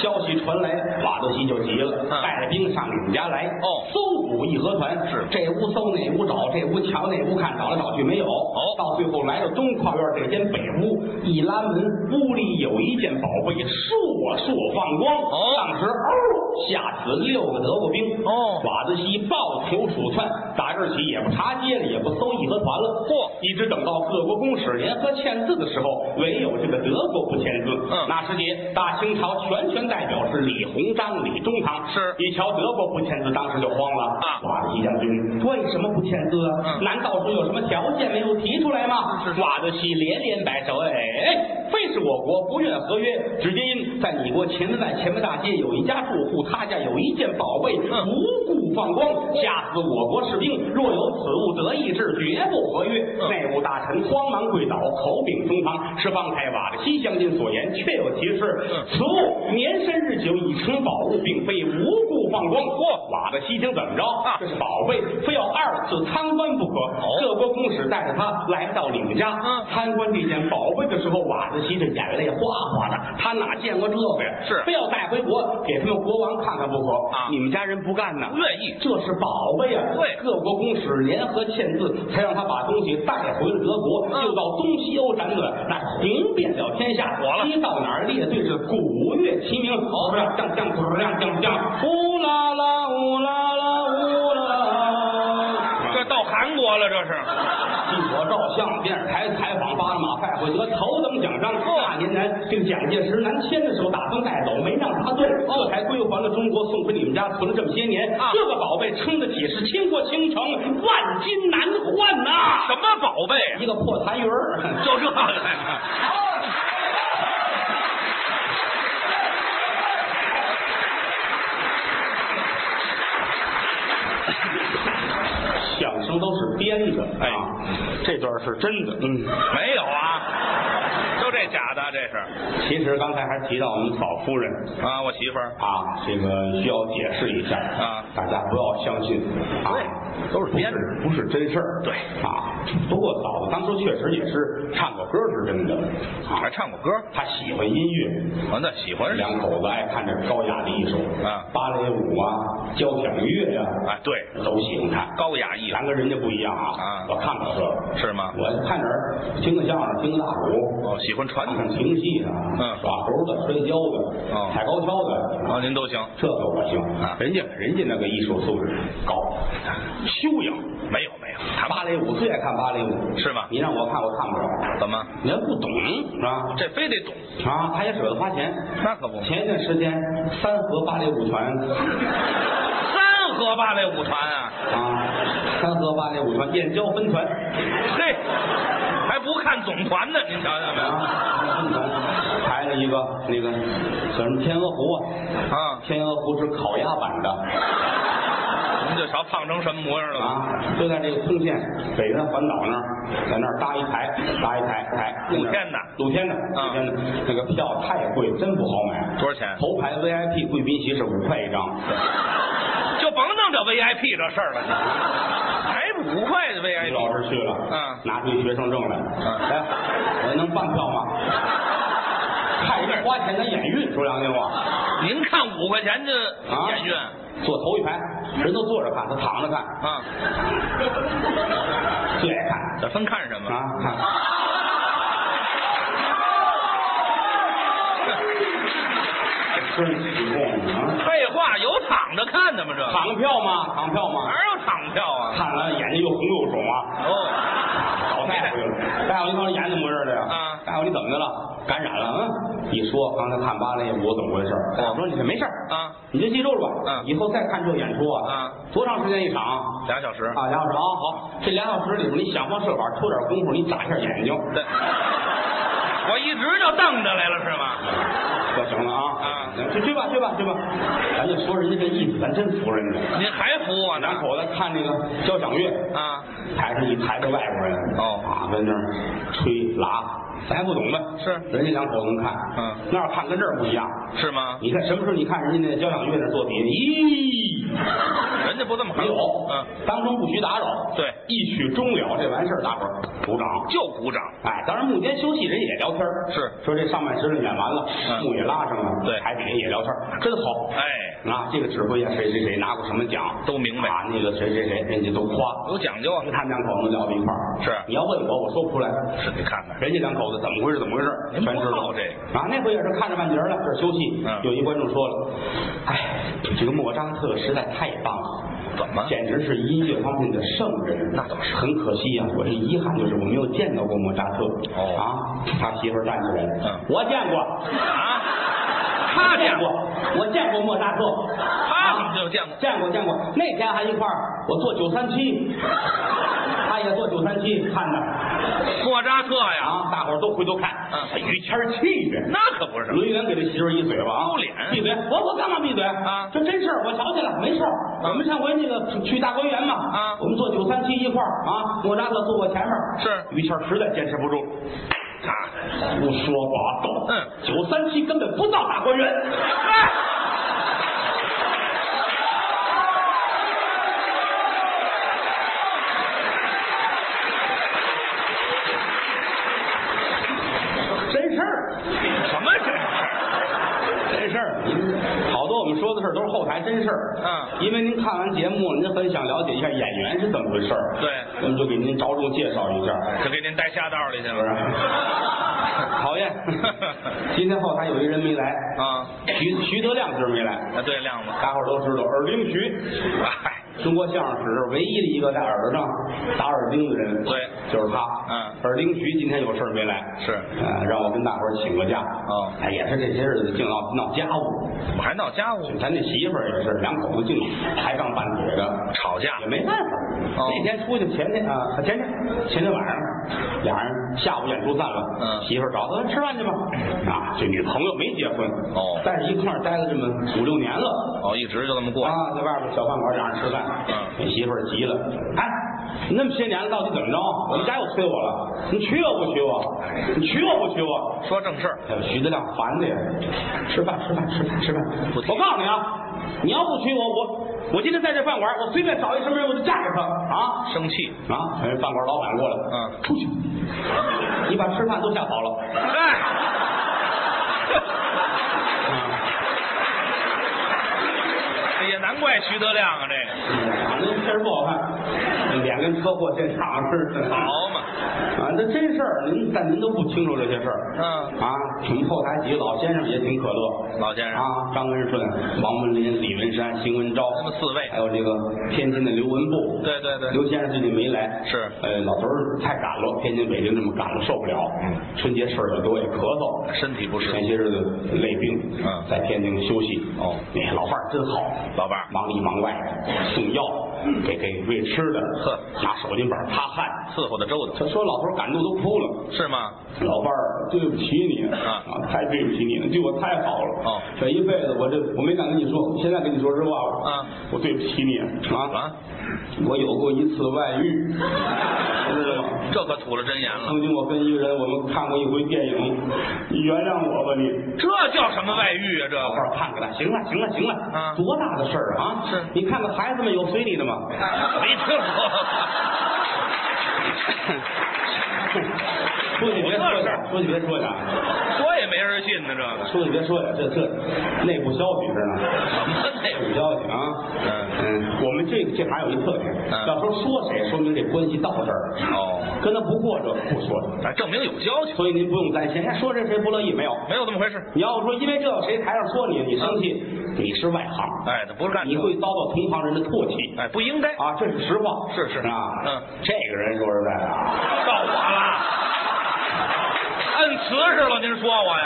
S3: 消息传来，瓦德西就急了，
S4: 嗯
S3: 带着兵上你们家来，
S4: 哦
S3: 搜捕义和团，
S4: 是
S3: 这屋搜那屋找，这屋瞧那屋看，找来找去没有，哦到最后来到东跨院这间北屋，一拉门，屋里有一件宝贝，烁啊烁放光，
S4: 哦
S3: 当时嗷吓死六个德国兵，
S4: 哦
S3: 瓦德西抱头鼠窜，打这儿起也不查街了，也不搜义和团了，嚯、一直等到各国公使联合签字的时候，唯有这个德国不签字，
S4: 嗯
S3: 那时节，大清朝全权代表是李鸿章、李中堂。
S4: 是
S3: 一瞧德国不签字，当时就慌了
S4: 啊
S3: 瓦德西将军，为什么不签字啊？
S4: 嗯
S3: 难道是有什么条件没有提出来吗？瓦德西连连摆手，哎哎，非是我国不愿合约，只因在你国前门外前门大街有一家住户，他家有一件宝贝，
S4: 嗯
S3: 无故放光，吓死我国士兵。若有此物，得意志，绝不合约。
S4: 嗯
S3: 内务大臣慌忙跪倒，口禀中堂，是方才瓦的西将军所言，确有其事。
S4: 嗯
S3: 此物年深日久，已成宝物，并非无故放光。嚯，瓦的西想怎么着？
S4: 啊哦
S3: 这是宝贝，非要二次参观不可。各国公使带着他来到你们家，
S4: 嗯
S3: 参观这件宝贝的时候，瓦德西的眼泪哗哗的，他哪见过这个呀？
S4: 是
S3: 非要带回国给他们国王看看不可
S4: 啊
S3: 你们家人不干呢，
S4: 不愿意
S3: 这是宝贝啊！
S4: 对
S3: 各国公使联合签字，才让他把东西带回了德国，
S4: 嗯
S3: 又到东西欧展览，那红遍了天下。
S4: 火了
S3: 一到哪儿列队是鼓乐齐鸣，哦，让让让让让让，呜啦啦呜啦啦呜啦啦。
S4: 这到韩国了，这是
S3: 记者照相，电视台采访，巴拿马快会得头等奖章。大年南这个蒋介石南迁的时候打算带走，没让他动，这才归还了中国，送回你们家存了这么些年。
S4: 啊
S3: 这个宝贝撑得起是倾国倾城，万金难换呐、
S4: 什么宝贝呀
S3: 一？个破痰盂儿，
S4: 就这个。 [laughs]
S3: 相声都是编的，哎，这段是真的。嗯，
S4: 没有啊，就这假的，这是
S3: 其实刚才还提到我们嫂夫人，
S4: 啊，我媳妇儿
S3: 啊，这个需要解释一下
S4: 啊
S3: 大家不要相信啊，
S4: 都是编的
S3: 不是真事儿，
S4: 对
S3: 啊。不过嫂子当初确实也是唱过歌，是真的啊
S4: 还。唱过歌，
S3: 她喜欢音乐，
S4: 我那喜欢
S3: 两口子爱看这高雅的艺术
S4: 啊
S3: 芭蕾舞啊，交响乐呀、
S4: 啊，对，
S3: 都喜欢看。
S4: 高雅艺
S3: 咱跟人家不一样啊，
S4: 啊
S3: 我看不了这个，
S4: 是吗？
S3: 我看点儿听个相声，听个大鼓，
S4: 哦，喜欢传
S3: 看
S4: 统
S3: 看评戏的，
S4: 嗯
S3: 耍猴的，摔跤的，
S4: 哦
S3: 踩高跷的，
S4: 啊，您都行，
S3: 这个我行
S4: 啊
S3: 人家人家那个艺术素质高，修养。
S4: 没有没有，他
S3: 芭蕾舞最爱看芭蕾舞，
S4: 是吗
S3: 你让我看，我看不了，
S4: 怎么
S3: 人不懂是吧？
S4: 这非得懂？
S3: 啊，他也舍得花钱。
S4: 那可不，
S3: 前一段时间，三河芭蕾舞团
S4: 三河芭蕾舞团啊，
S3: 啊，三河芭蕾舞团燕郊分团
S4: 嘿，还不看总团呢，您瞧见没有？
S3: 啊，分团排了一个那个叫什么天鹅湖啊，
S4: 啊，
S3: 天鹅湖是烤鸭版的。
S4: 您就瞧胖成什么模样了吧？
S3: 啊，就在这个通县北苑环岛那儿，在那儿搭一排，搭一排排。
S4: 露天的
S3: 露天的，
S4: 啊
S3: 露天的，那个票太贵，真不好买。
S4: 多少钱
S3: 头排 VIP 贵宾席是五块一张，
S4: 就甭弄这到 VIP 这事儿了，还不五块的
S3: 于
S4: VIP？
S3: 老师去了，
S4: 嗯
S3: 拿出一学生证来，来，我能半票吗？看人花钱的眼运，说良心话，
S4: 您看五块钱的
S3: 啊
S4: 演员
S3: 坐头一排，人都坐着看，他躺着看，
S4: 啊，
S3: 最爱看
S4: 这分看什么？
S3: 啊看， [laughs] 真起哄啊！
S4: 废话，有躺着看的吗？这
S3: 躺票吗？躺票吗？
S4: 哪有躺票啊？
S3: 看了眼睛又红又肿啊！
S4: 哦，
S3: 找大夫去了，大夫一看眼怎么回事的呀？
S4: 啊
S3: 大夫你怎么的了？感染了？嗯，一说刚才看芭蕾舞怎么回事？大哎夫说你这没事儿
S4: 啊，
S3: 你就记住了吧。
S4: 嗯
S3: 以后再看这演出啊，
S4: 啊，
S3: 多长时间一场啊？
S4: 俩小时。
S3: 啊，俩小时啊，好，这俩小时里边你想方设法抽点功夫，你眨一下眼睛，
S4: 对，我一直就瞪着来了是吗？
S3: 可行了啊！
S4: 啊
S3: 去去吧去吧去吧，咱就说人家这意思，咱真服人家。
S4: 您还服我呢？
S3: 两口子看那个交响乐，
S4: 啊，
S3: 台上一排的外国人，
S4: 哦
S3: 啊，跟那儿吹拉，咱还不懂呗，
S4: 是
S3: 人家两口子能看，
S4: 嗯啊
S3: 那儿看跟这儿不一样。
S4: 是吗？
S3: 你看什么时候你看人家那交响乐那做底，咦，
S4: 人家不这么
S3: 没
S4: 喊
S3: 有，
S4: 我，嗯，，
S3: 当中不许打扰，
S4: 对
S3: 一曲终了，这完事儿，大伙儿鼓掌。
S4: 就鼓掌。
S3: 哎，当然幕间休息人也聊天儿
S4: 是
S3: 说这上半时段演完了，
S4: 嗯
S3: 幕也拉上了，
S4: 对
S3: 台底下也聊天儿真好。
S4: 哎，
S3: 啊，这个指挥呀，谁谁谁拿过什么奖，
S4: 都明白
S3: 啊，那个谁谁谁，人家都夸，
S4: 有讲究啊。
S3: 他们两口子聊到一块儿。
S4: 是
S3: 你要问我，我说不出来。
S4: 是你看看，
S3: 人家两口子怎么回事？怎么回事？
S4: 您
S3: 全
S4: 不
S3: 知道
S4: 好这
S3: 啊！那回也是看着半截儿了，这儿休息。
S4: 嗯
S3: 有一观众说了：“哎，这个莫扎特实在太棒了，
S4: 怎么？
S3: 简直是音乐方面的圣人。”
S4: 那倒是
S3: 很可惜呀、我这遗憾就是我没有见到过莫扎特。
S4: 哦
S3: 啊，他媳妇儿站起来了，
S4: 嗯
S3: 我见过，
S4: 啊？
S3: 他
S4: 他
S3: 见
S4: 见
S3: 过
S4: 过，，
S3: 我见过莫扎特，啊
S4: 他怎么就见过？
S3: 见过见过，那天还一块儿，我坐九三
S4: [laughs]
S3: 七，他也坐九三七看的，
S4: 莫扎特呀？
S3: 啊，大伙儿都回头看，
S4: 嗯
S3: 于谦儿气的，
S4: 那可不是，
S3: 抡圆给这媳妇儿一嘴巴啊，
S4: 丢脸
S3: 闭嘴，我我干嘛闭嘴
S4: 啊
S3: 这真事儿，我瞧见了，没事儿。
S4: 啊
S3: 我们上回那个去大观园嘛，
S4: 啊
S3: 我们坐九三七一块儿啊，莫扎特坐我前面儿，
S4: 是
S3: 于谦儿实在坚持不住，
S4: 啊，
S3: 胡说八道，
S4: 嗯
S3: 九三七根本不到大观
S4: [laughs]
S3: 园。真事儿，
S4: 什么真是？
S3: 真事儿，您好多我们说的事儿都是后台真事儿。
S4: 嗯，
S3: 因为您看完节目，您很想了解一下演员是怎么回事儿，
S4: 对
S3: 我们就给您着重介绍一下，
S4: 就给您带下道里去
S3: 是不是
S4: 了？ [laughs]
S3: 讨厌，今天后台有一人没来，
S4: 啊
S3: 徐徐德亮今儿没来，
S4: 啊，对，亮子，
S3: 大伙儿都知道耳钉徐，
S4: 哎，
S3: 中国相声史上唯一的一个在耳朵上打耳钉的人，
S4: 对
S3: 就是他。
S4: 嗯
S3: 耳钉徐今天有事儿没来，
S4: 是
S3: 呃，让我跟大伙儿请个假。
S4: 哦
S3: 哎，也是这些日子净闹闹家务，
S4: 怎么还闹家务？
S3: 咱这媳妇儿也是两口子净抬杠拌嘴的，
S4: 吵架
S3: 也没办法。
S4: 哦
S3: 那天出去前天啊，前天前天晚上，俩人下午演出散了，
S4: 嗯
S3: 媳妇儿找他吃饭去吧。啊，这女朋友没结婚，
S4: 哦
S3: 但是一块儿待了这么五六年了。
S4: 哦，一直就这么过。
S3: 啊，在外边小饭馆俩人吃饭，
S4: 嗯
S3: 你媳妇儿急了，哎，你那么些年了，到底怎么着？我们家又催我了，你娶我不娶我？你娶我不娶我？
S4: 说正事儿，
S3: 哎呦徐德亮烦的呀，吃饭吃饭吃饭吃饭，
S4: 不
S3: 我告诉你啊，你要不娶我，我我今天在这饭馆，我随便找一什么人，我就嫁给他啊
S4: 生气。
S3: 啊！人饭馆老板过来，
S4: 嗯
S3: 出去，你把吃饭都吓跑了。
S4: 哎，嗯也哎难怪徐德亮啊，这个
S3: 长得确实不好看，脸跟车祸现场似的。
S4: 好嘛，
S3: 啊，这真事儿，您但您都不清楚这些事儿。
S4: 嗯
S3: 啊，我们后台几个老先生也挺可乐。
S4: 老先生
S3: 啊，张文顺、王文林、李文山、邢文昭，
S4: 他们四位
S3: 还有这个天津的刘文步。
S4: 对对对
S3: 刘先生最近没来。
S4: 是
S3: 呃，老头儿太赶了，天津北京这么赶了受不了。
S4: 嗯
S3: 春节事儿也多，也咳嗽。
S4: 身体不适。
S3: 前些日子累病，
S4: 嗯
S3: 在天津休息。
S4: 哦
S3: 那老伴儿真好，
S4: 老伴儿
S3: 忙里忙外送药，给给喂吃的，
S4: 嗯呵
S3: 拿手巾板儿擦汗。
S4: 伺候的周到。
S3: 他说老头儿赶感动都哭了。
S4: 是吗？
S3: 老伴儿，对不起你
S4: 啊
S3: 太对不起你了，对我太好了。
S4: 哦
S3: 这一辈子我这我没敢跟你说，现在跟你说实话了。
S4: 啊，
S3: 我对不起你啊
S4: 啊！
S3: 我有过一次外
S4: [laughs]
S3: 遇，知道吗？
S4: 这可吐了真言了，
S3: 曾经我跟一个人，我们看过一回电影，你原谅我吧你。
S4: 这叫什么外遇啊？这
S3: 老
S4: 个
S3: 伴儿看看了，行了行了行了，
S4: 啊
S3: 多大的事儿啊！
S4: 是
S3: 你看看孩子们有随你的吗？
S4: [laughs] 没听说过。
S3: 说你别说呀，说你别说呀，
S4: 说也没人信呢，这个
S3: 说你别说呀，这这内部消息是呢。
S4: 什么内
S3: 有消息啊，
S4: 嗯
S3: 嗯，我们这这行有一特点，
S4: 嗯
S3: 要说说谁，说明这关系到这儿，
S4: 哦，
S3: 跟他不过这不说这，
S4: 哎证明有交情，
S3: 所以您不用担心，哎说这谁不乐意没有？
S4: 没有这么回事。
S3: 你要说因为这谁台上说你，你生气，你是外行，
S4: 哎，他不是干
S3: 你
S4: 这个，
S3: 会遭到同行人的唾弃
S4: 哎，不应该。
S3: 啊，这是实话，
S4: 是是
S3: 啊，
S4: 嗯，
S3: 这个人说实在的啊，
S4: 到我了，按瓷实了，您说我呀？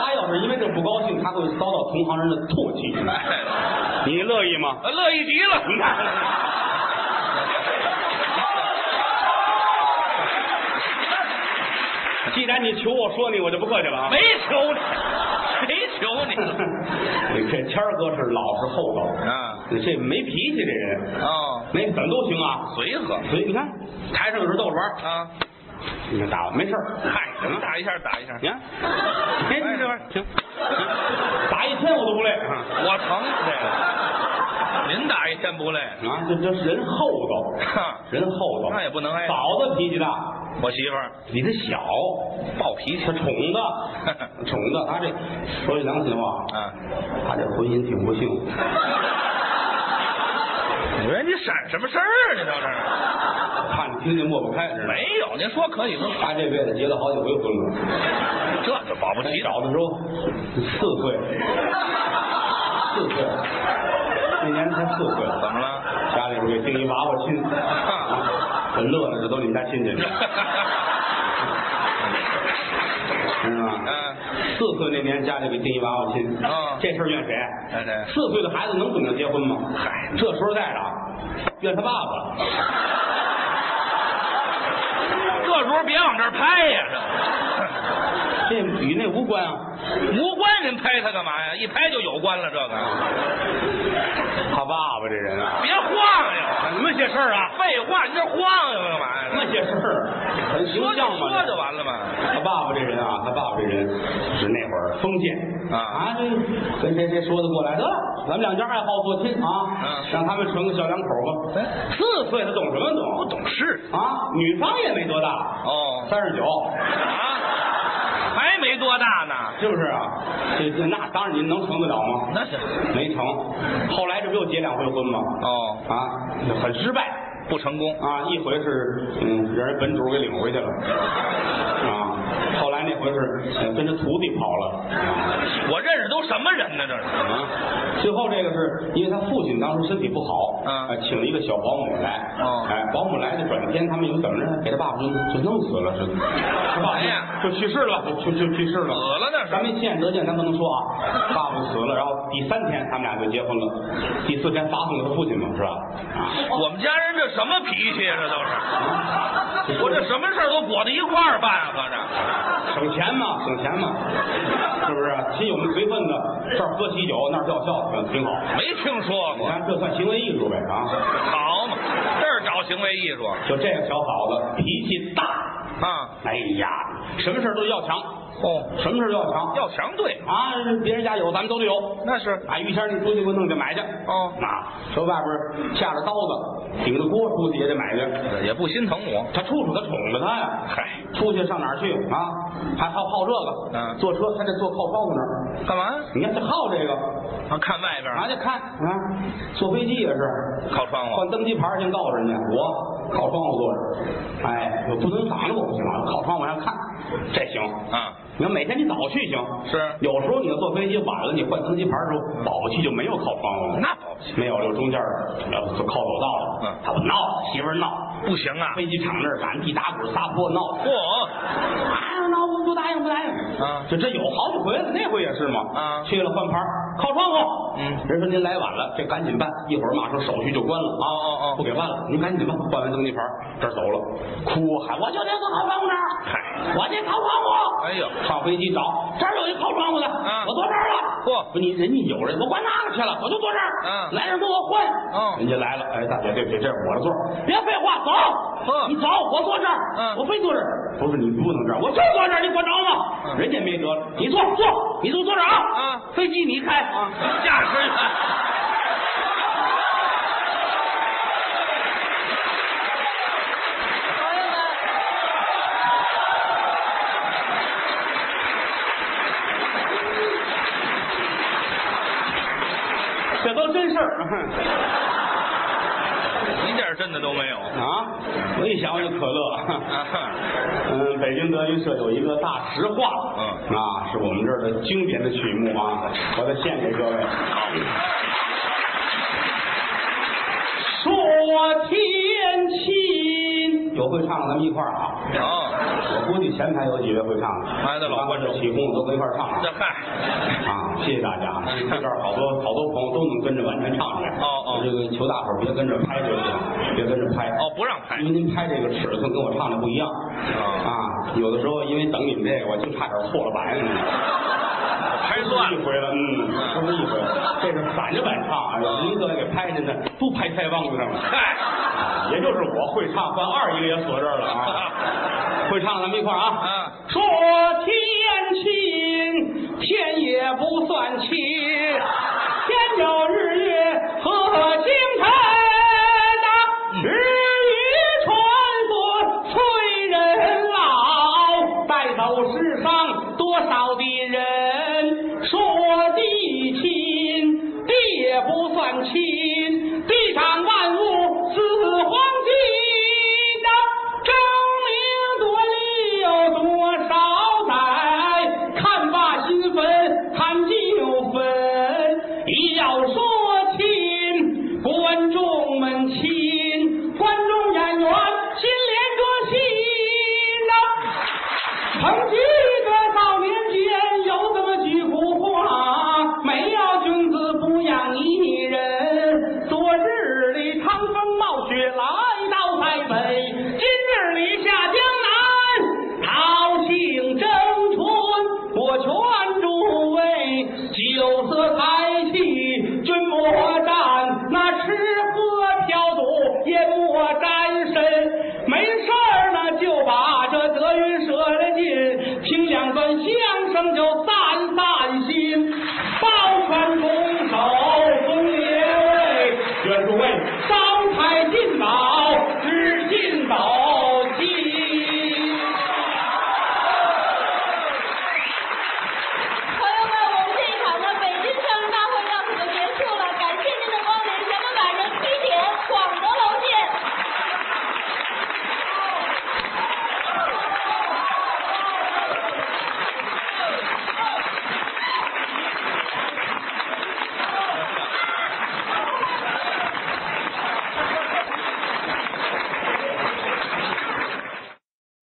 S3: 他要是因为这不高兴，他会遭到同行人的唾 [laughs] 弃，
S4: 哎，
S3: 你乐意吗？
S4: 乐意极了。
S3: [laughs] 你看， [laughs] 既然你求我说你，我就不客气了啊。 [laughs]
S4: 没求你，谁求你了？
S3: 这谦儿哥是老实厚道，
S4: 啊，
S3: 这没脾气这人，
S4: 哦，
S3: 没怎么都行啊。
S4: 随和
S3: 所以你看，台上有时候逗着玩儿，
S4: 啊，
S3: 你看打吧没事儿，嗨，行了，
S4: 打一下，打一下
S3: 你，看，哎，你这玩意儿 [laughs] 行，行打一天我都不累啊。
S4: 我疼这个。您打一天不累，
S3: 啊，这这人厚
S4: 哈
S3: 道，人厚道，
S4: 那也不能挨打
S3: 嫂子脾气大，
S4: 我媳妇儿
S3: 比他小，
S4: 暴脾气
S3: 他宠的，
S4: [laughs]
S3: 宠的。他这说句良心话，
S4: 啊！
S3: 他这婚姻挺不幸。
S4: [laughs] 我说你闪什么事儿啊？你到这儿
S3: 怕你听见抹不开似的。
S4: 没，有？您说可以了，
S3: 他这辈子结了好几回婚了。
S4: 这就保不齐
S3: 小的时候四
S4: [laughs]
S3: 岁，四岁，那年才四岁，
S4: 怎么了？
S3: 家里边给订一娃娃 [laughs] 亲，我乐了，这都你们家亲戚，知道吗？
S4: 嗯，
S3: 四岁那年家里给订一娃娃亲，
S4: 啊
S3: 这事儿怨谁？
S4: 哎对，
S3: 四岁的孩子能等着结婚吗？嗨，这时候在了，怨他爸爸。
S4: 这时候别往这儿拍呀，
S3: 这与那无关啊。
S4: 这 [laughs] 无关人拍他干嘛呀？一拍就有关了，这个
S3: 他爸爸这人啊，
S4: 别晃悠，
S3: 什么些事儿啊？
S4: 废话，你这晃悠干嘛
S3: 什
S4: 呀？
S3: 么些事儿？很
S4: 说
S3: 形
S4: 就
S3: 象嘛。
S4: 说就完了嘛。
S3: 他爸爸这人啊，他爸爸这人是那会儿封建
S4: 啊
S3: 啊，这跟谁谁说得过来？得了，咱们两家爱好做亲啊，
S4: 嗯
S3: 让他们成个小两口吧。
S4: 哎
S3: 四岁他懂什么懂？不懂
S4: 是
S3: 啊，女方也没多大，
S4: 哦
S3: 三十九，
S4: 啊，还没多大呢，
S3: 是不是啊？这这那当然，您能成得了吗？
S4: 那是
S3: 没成，后来这不又结两回婚吗？
S4: 哦，
S3: 啊，很失败
S4: 不成功
S3: 啊！一回是嗯，让人本主给领回去了啊，后来那回是呃跟着徒弟跑了。
S4: 我认识都什么人呢？这是
S3: 啊，最后这个是因为他父亲当时身体不好，
S4: 嗯
S3: 呃请了一个小保姆来，
S4: 哦
S3: 哎，保姆来的转天他们有怎么着，给他爸爸就就弄死了似的，他爸
S4: 哎呀
S3: 就去世了，就就去世
S4: 死
S3: 了。
S4: 了那
S3: 咱
S4: 是
S3: 们见得见，咱不能说啊。爸爸死了，然后第三天他们俩就结婚了，第四天发送了他父亲嘛，是吧？啊，
S4: 我们家人这什么脾气啊？这都是 [laughs] 我这什么事儿都裹在一块儿办，合着。
S3: 省钱嘛，省钱嘛，是不是？亲友们随份子，这儿喝喜酒，那儿吊孝子，挺好。
S4: 没听说
S3: 你
S4: 过，
S3: 看这算行为艺术呗啊！
S4: 好嘛，这儿找行为艺术
S3: 就这个小嫂子脾气大，
S4: 啊！
S3: 哎呀，什么事儿都要强，
S4: 哦，
S3: 什么事儿都要强，
S4: 要强对，
S3: 啊，别人家有咱们都得有。
S4: 那是
S3: 啊，于谦儿，你出去给我弄去买去。
S4: 哦
S3: 啊，说外边儿下着刀子，顶着锅出去也得买去。
S4: 也不心疼我。
S3: 他处处他宠着他呀，
S4: 嗨，
S3: 出去上哪儿去啊？还好好这个，
S4: 嗯
S3: 坐车还得坐靠窗户那儿。
S4: 干嘛呀？
S3: 你看他好这个，
S4: 啊，看外边
S3: 拿
S4: 儿
S3: 去看啊，坐飞机也是，
S4: 靠窗户
S3: 换登机牌儿先告诉人家，我靠窗户坐着，哎，我不能挡着我不行啊，靠窗户上看，这行。
S4: 啊，
S3: 你要每天你早去行，
S4: 是
S3: 有时候你要坐飞机晚了，你换登机牌的时候，早去就没有靠窗户了，
S4: 那保不齐
S3: 没有有中间儿要靠走道了。
S4: 嗯
S3: 他们闹，媳妇儿闹，
S4: 不行啊！
S3: 飞机场那儿满地打滚撒泼闹，
S4: 嚯，
S5: 哎
S3: 啊，那我不答应不答应
S4: 啊
S3: 这真有好几回了，那回也是嘛，
S4: 啊
S3: 去了换牌儿，
S5: 靠窗户。
S3: 嗯
S5: 人说您来晚了，这赶紧办，一会儿马上手续就关了啊！
S3: 哦哦
S5: 不给办了，您赶紧吧，换完登记牌，这儿走了，哭喊我就这个靠窗户那儿，
S3: 嗨
S5: 我这靠窗户，
S3: 哎呦
S5: 上飞机找这儿有一靠窗户的，
S3: 啊
S5: 我坐这儿了，
S3: 嚯
S5: 不，你人家有人，我管那个去了，我就坐这儿，
S3: 嗯
S5: 来人跟我换，
S3: 嗯
S5: 人家来了，哎，大姐，对不起，这是我的座儿，别废话，走，
S3: 嗯
S5: 你走，我坐这儿，
S3: 嗯
S5: 我非坐这儿，不是你不能这儿，我就坐这儿，你管着吗？
S3: 嗯
S5: 人家没辙了，你坐坐，你就坐这儿啊，
S3: 啊
S5: 飞机你开啊。
S3: 嗯驾 [laughs] 驶员。
S6: 朋友们，
S5: 这都真事
S3: 嗯
S5: 儿
S3: 一点真的都没有。
S5: 啊！我一想我就可乐。
S3: 啊哈
S5: 嗯，北京德云社有一个大实话，
S3: 嗯
S5: 啊，是我们这儿的经典的曲目啊，我得献给各位。说天亲，有会唱的咱们一块儿啊。
S3: 有，
S5: 我估计前排有几位会唱的，
S3: 哎那老观众
S5: 起哄都跟一块儿唱
S3: 这
S5: 啊。
S3: 嗨，
S5: 啊，谢谢大家！啊！
S3: 嗯
S5: 这边好多好多朋友都能跟着完全唱出来。
S3: 哦哦
S5: 我这个求大伙儿别跟着拍就行，别跟着拍。
S3: 哦，不让拍
S5: 哎因为您拍这个尺寸跟我唱的不一样啊，有的时候因为等你们这个，我就差点错了板了，
S3: 拍
S5: 一回了，嗯，不是一回，这是反着板唱啊，有的一个给拍进去，都拍腮帮子上了，
S3: 嗨，
S5: 也就是我会唱，换二一个也锁这儿了啊，会唱咱们一块儿啊，
S3: 嗯
S5: 说天亲，天也不算亲，天有日月和星辰呐、日月穿梭催人老，带走世上多少的人。说地亲，地也不算亲，地上万物似黄金呐、争名夺利有多少载？看罢新坟看旧坟，一要说亲，观众们亲，观众演员心连着心呐、曾记得早年间有这么句古话：没有君子不养一人。昨日里长风冒雪来到台北，今日里下江南，桃杏争春。我劝诸位，酒色财气君莫沾，那吃喝嫖赌也莫沾身。没事儿呢，就把这德云社的劲，听两段相声就散散心。抱拳拱手，恭列位，愿诸位招财进宝，